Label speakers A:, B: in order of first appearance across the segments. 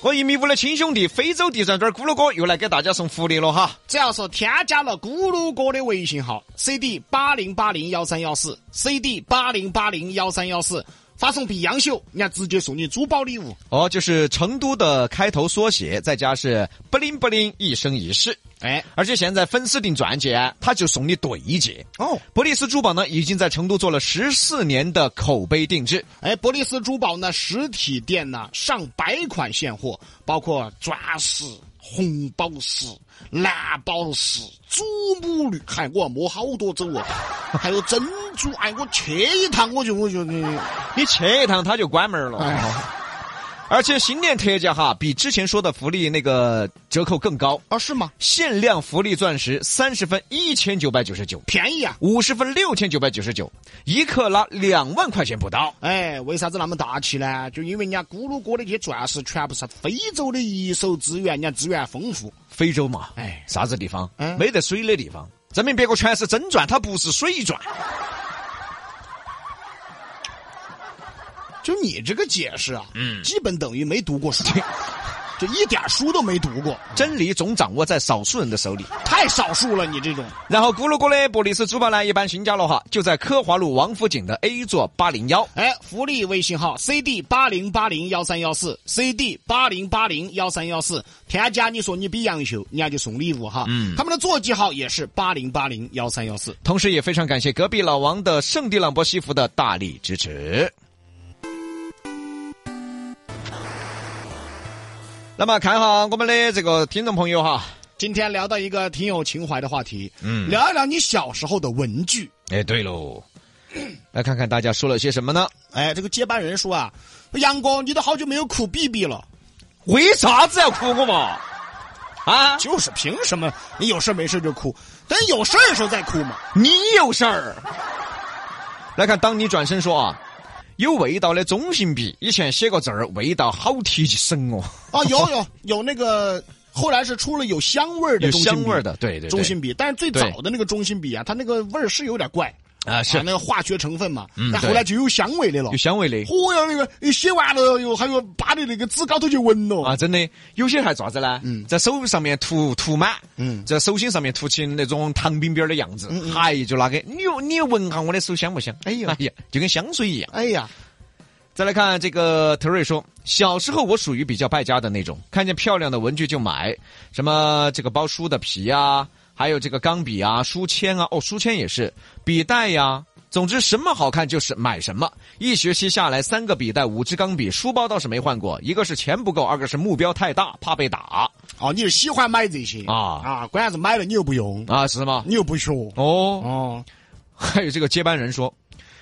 A: 我一米五的亲兄弟非洲地转转咕噜哥又来给大家送福利了哈！
B: 只要是添加了咕噜哥的微信号 cd 八零八零幺三幺四 cd 八零八零幺三幺四，发送“比洋秀”，人家直接送你珠宝礼物。
A: 哦，就是成都的开头缩写，再加是不灵不灵，一生一世。
B: 哎，
A: 而且现在粉丝订钻戒，他就送你对戒。
B: 哦，
A: 博利斯珠宝呢，已经在成都做了十四年的口碑定制。
B: 哎，博利斯珠宝呢，实体店呢上百款现货，包括钻石、红宝石、蓝宝石、祖母绿，嗨，我要摸好多种哦， 还有珍珠。哎，我去一趟我就我就嗯
A: 你去一趟，他就关门了。
B: 哎
A: 而且新年特价哈，比之前说的福利那个折扣更高，
B: 啊是吗？
A: 限量福利钻石三十分一千九百九十九，
B: 便宜啊！
A: 五十分六千九百九十九，一克拉两万块钱不到。
B: 哎，为啥子那么大气呢？就因为人家咕噜哥的这些钻石全部是非洲的一手资源，人家资源丰富。
A: 非洲嘛，
B: 哎
A: 啥子地方？
B: 嗯
A: 没得水的地方，证明别个全是真钻，它不是水钻。
B: 就你这个解释啊，嗯，基本等于没读过书， 就一点书都没读过，
A: 真理总掌握在少数人的手里。
B: 太少数了，你这种。
A: 然后，咕噜哥的博利斯珠宝呢，一般询价了哈，就在科华路王府井的 A 座八零幺。
B: 哎，福利微信号 cd 八零八零幺三幺四 cd 八零八零幺三幺四，添加你说你比杨秀，人家就送礼物哈。嗯，他们的座机号也是八零八零幺三幺四。
A: 同时，也非常感谢隔壁老王的圣地朗博西服的大力支持。那么，看哈我们的这个听众朋友哈，
B: 今天聊到一个挺有情怀的话题，嗯，聊一聊你小时候的文具。
A: 哎，对喽，来看看大家说了些什么呢？
B: 哎，这个接班人说啊，杨哥，你都好久没有哭 BB 了，
A: 为啥子要哭我嘛？啊，
B: 就是凭什么你有事没事就哭，等有事儿的时候再哭嘛？
A: 你有事儿。来看，当你转身说啊，有味道的中性笔，以前写个字儿，味道好提神哦，
B: 啊，有有有那个，后来是出了有香味儿的
A: 有
B: 中性
A: 香
B: 笔
A: 味儿的，对对对，
B: 中性笔，但是最
A: 对
B: 早的那个中性笔啊，它那个味儿是有点怪，
A: 啊是
B: 啊那个化学成分嘛，
A: 嗯
B: 但
A: 对
B: 后来就有香味的了
A: 有。香味的
B: 嚯哟，那个一写完了哟，还有扒的那个纸高头就闻了
A: 啊，真的，有些还咋子呢？
B: 嗯
A: 在手上面涂涂满，
B: 嗯
A: 在手心上面涂起那种糖冰冰儿的样子，哎就拿给你有，你闻下我的手香不香？
B: 哎呦
A: 哎呀，就跟香水一样。
B: 哎呀，
A: 再来看这个特瑞说，小时候我属于比较败家的那种，看见漂亮的文具就买，什么这个包书的皮啊，还有这个钢笔啊、书签啊，哦，书签也是，笔袋呀、总之什么好看就是买什么。一学期下来，三个笔袋，五支钢笔，书包倒是没换过，一个是钱不够，二个是目标太大，怕被打
B: 哦，你是喜欢买这些
A: 啊
B: 啊，关键是买了你又不用，
A: 啊，是吗？
B: 你又不学。
A: 哦，
B: 哦，
A: 还有这个接班人说，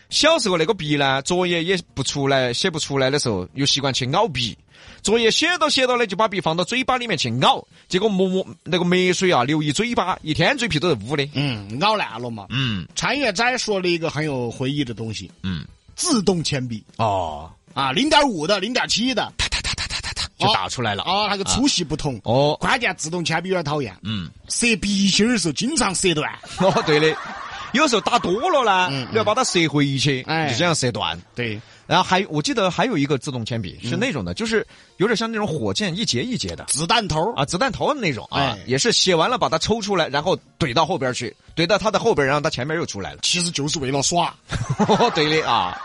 A: 小时候那个笔呢，作业也不出来，写不出来的时候，又习惯去咬笔。作业写到写到呢，就把笔放到嘴巴里面去咬，结果磨磨那个墨水啊流一嘴巴，一天嘴皮都是污的。
B: 嗯，咬烂了嘛。
A: 嗯
B: 禅月斋说了一个很有回忆的东西，
A: 嗯，
B: 自动铅笔
A: 哦，
B: 啊，零点五的、零点七的
A: 就打出来了。
B: 啊，那个粗细不同。
A: 哦，
B: 关键自动铅笔有点讨厌，
A: 嗯，
B: 折笔芯儿的时候经常折断。
A: 哦，对的，有时候打多了呢
B: 嗯，
A: 你要把它折回去，
B: 哎
A: 就这样折断。
B: 对，
A: 然后还我记得还有一个自动铅笔是那种的，就是有点像那种火箭一节一节的，
B: 子弹头儿
A: 啊，子弹头的那种啊
B: 哎，
A: 也是写完了把它抽出来，然后怼到后边去，怼到它的后边，然后它前面又出来了。
B: 其实就是为了耍。
A: 对的啊，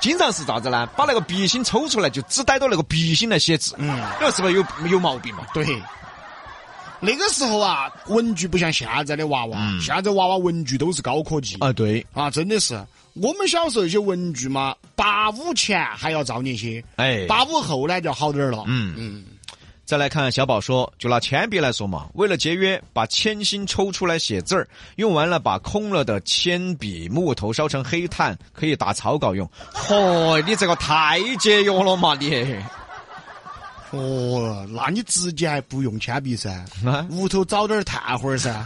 A: 经常是咋子呢？把那个笔芯抽出来，就只逮到那个笔芯来写字，
B: 嗯
A: 那是不是有有毛病嘛？
B: 对，那个时候啊，文具不像现在的娃娃，现在娃娃文具都是高科技啊
A: 嗯啊，对，
B: 真的是。我们小时候一些文具嘛，八五前还要造孽些，
A: 哎
B: 八五后呢就好点儿了。
A: 嗯
B: 嗯，
A: 再来看小宝说，就拿铅笔来说嘛，为了节约，把铅芯抽出来写字儿，用完了把空了的铅笔木头烧成黑炭，可以打草稿用。嚯、你这个太节约了嘛你！
B: 哦，那你直接还不用铅笔噻
A: 啊，
B: 屋头找点儿炭火儿噻，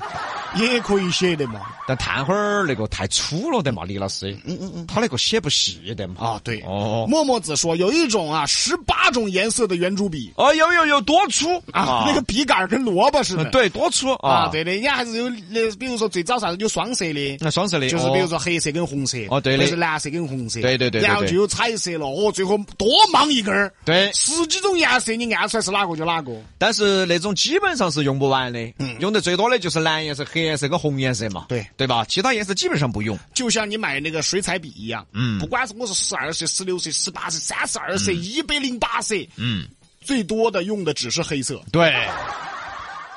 B: 也可以写的嘛。
A: 但炭花儿那个太粗了的嘛，李老师，嗯嗯嗯，他那个写不细的嘛。
B: 啊，对，
A: 哦
B: 默默子说有一种啊，十八种颜色的圆珠笔
A: 哦，有有有多粗
B: 啊，那个笔杆儿跟萝卜似的。
A: 对多粗
B: 啊，对的，人家还是有那，比如说最早啥子有双色的，
A: 那双色哦的
B: 就是比如说黑色跟红色，
A: 嗯哦对的
B: 或者是蓝色跟红色，
A: 对对对对对
B: 然后就有彩色了，哦，最后多忙一根儿，
A: 对
B: 十几种颜色你按出来是哪个就哪个，
A: 但是那种基本上是用不完的，用的最多的就是蓝颜色、黑颜色跟红颜色嘛，
B: 嗯对
A: 对吧？其他颜色基本上不用。
B: 就像你买那个水彩笔一样，嗯，不管是我是十二岁、十六岁、十八岁、三十二岁、一百零八岁，
A: 嗯，
B: 最多的用的只是黑色，
A: 对，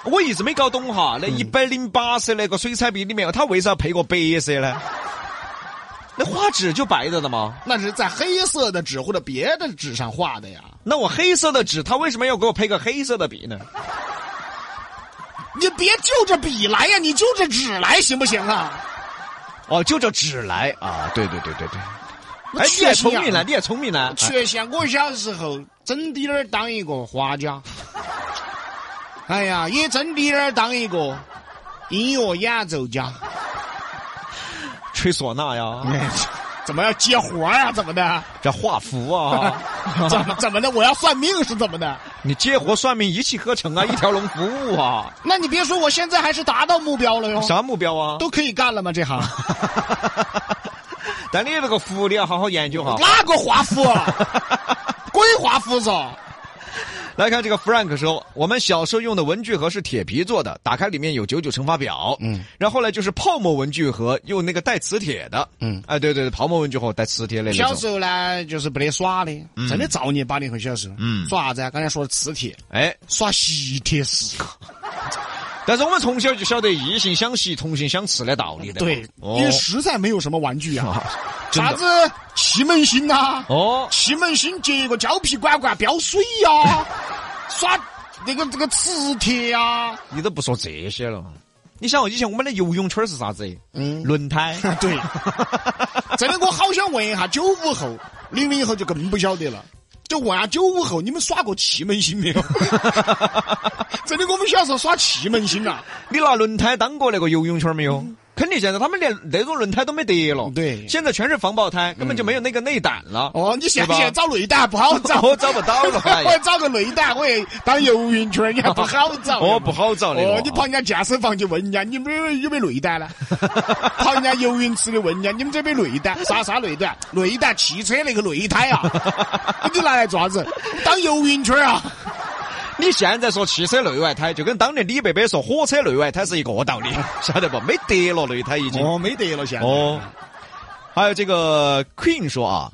A: 我一直没搞懂哈，
B: 嗯
A: 那一百零八色那个水彩笔里面，它为啥要配个白色呢？ 那画纸就白的的嘛，
B: 那是在黑色的纸或者别的纸上画的呀。
A: 那我黑色的纸，它为什么要给我配个黑色的笔呢？
B: 你别就着笔来呀，你就着纸来行不行啊？
A: 哦，就这纸来啊！对对对对对，
B: 我
A: 哎，你
B: 缺
A: 也
B: 心
A: 聪
B: 眼
A: 明了，你也聪明了，哎
B: 缺陷。我小时候真滴点儿当一个画家，哎呀，也真滴点儿当一个音乐演奏家。
A: 吹唢呐哎呀，
B: 怎么要接活儿啊？怎么的？
A: 这画符啊，
B: 怎么怎么的？我要算命是怎么的？
A: 你接活算命一气呵成啊，一条龙服务啊。
B: 那你别说，我现在还是达到目标了哟，
A: 啥目标啊？
B: 都可以干了吗？这行
A: 但你那个服务你要 好好研究哈。
B: 哪个华 夫啊？鬼华夫子？
A: 来看这个 Frank 说，我们小时候用的文具盒是铁皮做的，打开里面有九九乘法表。嗯，然后呢就是泡沫文具盒，用那个带磁铁的。嗯，哎，对对对，泡沫文具盒带磁铁的那
B: 小
A: 种。
B: 时候呢，就是不得耍的，真的造孽。八零后小时候，
A: 嗯
B: 耍啥子啊？刚才说的磁铁，
A: 哎，
B: 耍吸铁石。
A: 但是我们从小就晓得异性相吸，同性相斥的道理的。
B: 对，
A: 哦
B: 因为实在没有什么玩具啊，
A: 真
B: 啥
A: 的
B: 子气门芯呐、
A: 哦，
B: 气门芯接一个胶皮管管飙水呀、啊 耍那个这个磁铁啊呀、
A: 你都不说这些了。你想哦，以前我们的游泳圈是啥子？嗯，轮 胎。
B: 啊，对，真的，我好想问一下九五后、零零后就更不晓得了。就问下九五后，你们耍过气门芯没有？ 真的，我们小时候耍气门芯啊，
A: 你拿轮胎当过那个游泳圈没有？肯定现在他们连那种轮胎都没得了。
B: 嗯对嗯
A: 现在全是防爆胎，根本就没有那个内胆了。
B: 哦，你现
A: 对吧
B: 现在找内胆不好找，
A: 我找不到 了哎
B: 我找个内胆，我也当游泳圈 儿，你还不好找？
A: 哦，不。好找那个。
B: 哦，你跑人家健身房去问人家，你们有有没有内胆呢？ 跑人家游泳池里问人家，你们这边内胆？啥啥内胆？内胆汽车那个内胎啊！你拿来做啥子？当游泳圈儿啊？
A: 你现在说汽车内外胎，就跟当年李伯伯说火车内外胎是一个 道理，晓得不？没得了，内胎已经。
B: 哦，没得了，现在。
A: 哦，还有这个 Queen 说啊，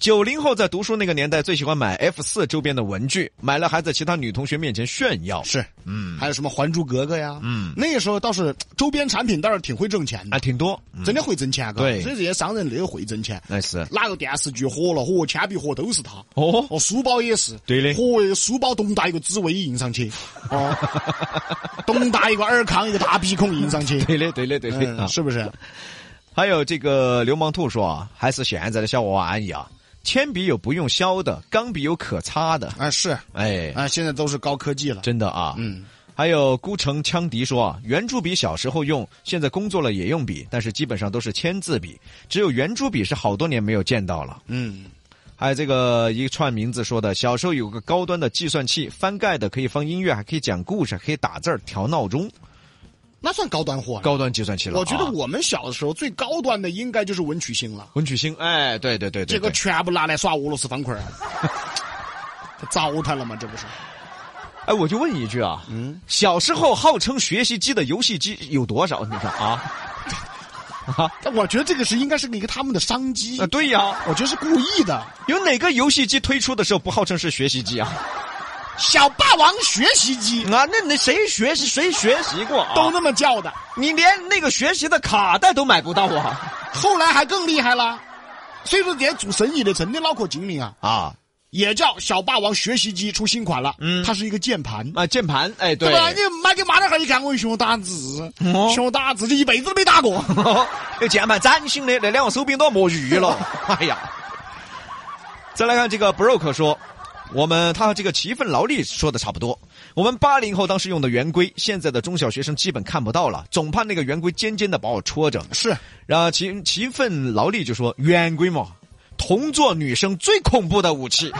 A: 九零后在读书那个年代最喜欢买 F 四周边的文具，买了还在其他女同学面前炫耀，
B: 是，
A: 嗯，
B: 还有什么《还珠格格》呀？
A: 嗯
B: 那个时候倒是周边产品倒是挺会挣钱
A: 还
B: 的，
A: 挺多，嗯
B: 真的会挣钱，嘎
A: 对
B: 所以这些商人那个会挣钱。
A: 那是
B: 哪个电视剧火了，嚯，铅笔盒都是他。
A: 哦，
B: 哦，书包也是，
A: 对的
B: 嚯，那个书包东大一个紫薇印上去， 哦，东大一个尔康一个大鼻孔印上去，
A: 对的，对 的，对的
B: 嗯，
A: 啊。
B: 是不是？
A: 还有这个流氓兔说啊，还是现在的小娃娃安逸啊，铅笔有不用削的，钢笔有可擦的，
B: 啊，是
A: 哎，
B: 啊，现在都是高科技了。
A: 真的啊，
B: 嗯。
A: 还有孤城羌笛说啊，圆珠笔小时候用，现在工作了也用笔，但是基本上都是签字笔，只有圆珠笔是好多年没有见到了。
B: 嗯，
A: 还有这个一串名字说的，小时候有个高端的计算器，翻盖的可以放音乐，还可以讲故事，还可以打字儿、调闹钟，
B: 那算高端货了。
A: 高端计算器了啊、
B: 我觉得我们小的时候最高端的应该就是文曲星了。
A: 文曲星，哎，对对对对
B: 这个
A: 对
B: 全部拿来耍俄罗斯方块儿 啊，这糟蹋了吗？这不是？
A: 哎，我就问一句啊，
B: 嗯
A: 小时候号称学习机的游戏机有多少？你看啊，
B: 但我觉得这个是应该是一个他们的商机
A: 啊，，对呀、
B: 呃我觉得是故意的。
A: 有哪个游戏机推出的时候不号称是学习机啊？
B: 小霸王学习机
A: 啊，那那谁学习谁学习过啊？
B: 都那么叫的，
A: 你连那个学习的卡带都买不到啊！
B: 后来还更厉害了。所以说，这些做生意的真的脑壳精明啊，
A: 啊
B: 也叫小霸王学习机出新款了。嗯，它是一个键盘。
A: 啊，键盘，哎，对
B: 对，吧？你买给妈的孩儿一看，我学打字，
A: 哦
B: 学打字，这一辈子都没打过。
A: 有键盘崭新的，那两个手柄都要磨玉 了。哎呀，再来看这个 Broke 说。我们他和这个勤奋劳力说的差不多。我们八零后当时用的圆规，现在的中小学生基本看不到了，总怕那个圆规尖尖的把我戳着。
B: 是
A: 然后勤勤奋劳力就说：“圆规嘛，同做女生最恐怖的武器。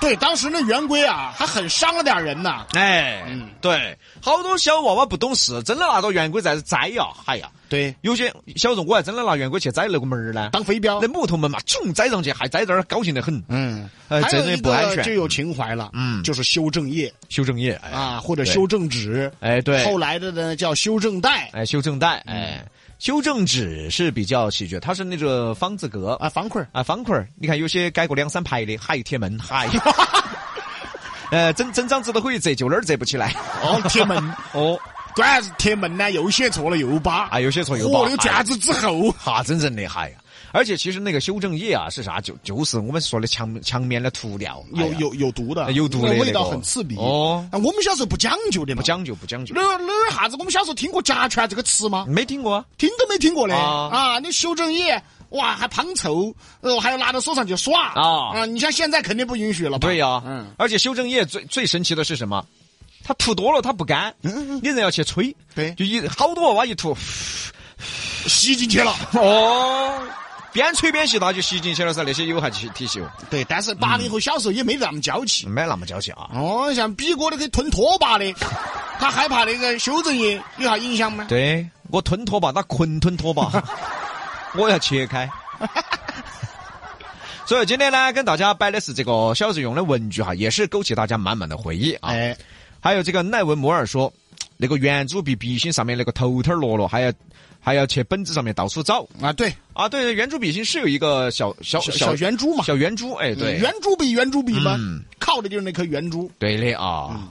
B: 对，当时那圆规啊，还很伤了点人呐”。
A: 哎，
B: 嗯
A: 对，好多小娃娃不懂事，真的拿着圆规在这摘呀，哎呀，
B: 对，
A: 有些小时候我还真的拿圆规去摘那个门儿呢，
B: 当飞镖
A: 那。木头门嘛，囧摘上去，还摘这儿，高兴得很。
B: 嗯，
A: 呃
B: 还
A: 这
B: 有
A: 东
B: 一
A: 西不安
B: 个
A: 全
B: 就有情怀了，嗯，就是修正液
A: 修正液，哎，
B: 啊，或者
A: 对
B: 修正纸，
A: 哎对
B: 后来的呢叫修正带
A: 哎，修正带，哎，
B: 嗯
A: 修正纸是比较喜剧，它是那个方字格
B: 啊，方块儿
A: 啊，方块儿，你看有些改过两三排的，嗨，贴门， 嗨，呃，整整张纸都可以折，就那儿折不起来。
B: 哦，贴 门，
A: 哦，
B: 关键是贴门呢，又写错了又扒，
A: 啊，有些错有吧
B: 火了卷哦子之后，
A: 哈，真正厉害呀！而且其实那个修正液啊是啥？就就是我们说的墙墙面的涂料，哎
B: 有
A: 呀
B: 有有毒的，
A: 有毒的
B: 那味
A: 那
B: 道
A: 个
B: 很刺鼻。
A: 哦
B: 啊，我们小时候不讲究的嘛，
A: 不讲究不讲究
B: 哪，儿哪儿啥子？我们小时候听过甲醛这个词吗？
A: 没听过啊？
B: 听都没听过嘞。
A: 啊
B: 啊，你修正液，哇，还胖臭，哦，还要拿到手上去耍
A: 啊
B: 啊，你像现在肯定不允许了吧？
A: 对呀、
B: 嗯，
A: 而且修正液最最神奇的是什么？它涂多了它不干，你人要去吹，
B: 嗯对
A: 就一好多娃娃一涂，
B: 吸进去了。
A: 哦，边吹边吸，它就吸进去了噻，那些有害体体细胞
B: 对，但是八零后小时候也没那么娇气。
A: 没那么娇气啊。
B: 哦，像比哥那个吞拖把的，他害怕那个修正液有啥影响吗？
A: 对我吞拖把，那捆吞拖 把，我要切开。所以今天呢，跟大家摆的是这个小时候用的文具哈，也是勾起大家满满的回忆啊。
B: 哎，
A: 还有这个奈文摩尔说，那个圆珠笔笔芯上面那个头头儿落了，还要还要去本子上面到处找
B: 啊，对，
A: 啊。对，圆珠笔芯是有一个小小
B: 小小圆珠嘛，
A: 小圆珠，哎，对，
B: 圆珠笔，圆珠笔嘛
A: 嗯，
B: 靠的就是那颗圆珠。
A: 对的啊。
B: 嗯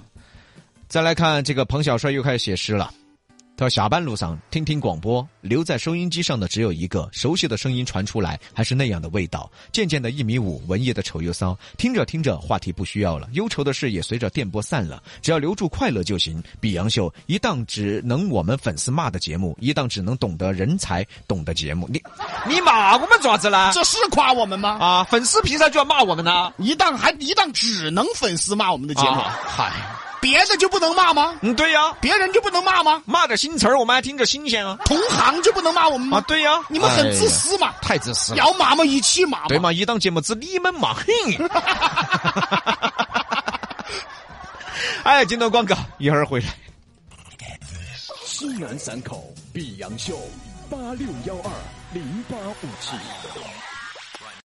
A: 再来看这个彭小帅又开始写诗了。他说：“下班路上听听广播，留在收音机上的只有一个熟悉的声音传出来，还是那样的味道。渐渐的，一米五，文艺的丑又骚。听着听着，话题不需要了，忧愁的事也随着电波散了。只要留住快乐就行。比洋秀一档只能我们粉丝骂的节目，一档只能懂得人才懂的节目。你你骂我们爪子呢？
B: 这是夸我们吗？
A: 啊，粉丝凭啥就要骂我们呢？
B: 一档还一档只能粉丝骂我们的节
A: 节目
B: 目，，
A: 嗨，
B: 别的就不能骂吗？
A: 嗯，对呀、
B: 别人就不能骂吗？
A: 骂点新词儿，我们还听着新鲜啊！
B: 同行就不能骂我们吗？
A: 啊，对呀、
B: 你们很自私嘛，
A: 哎呀，太自私了，
B: 要骂嘛一起骂嘛。
A: 对嘛？一档节目只你们 骂，嘿！哎，镜头广告，一会儿回来。
C: 西南三口碧阳秀八六幺二零八五七。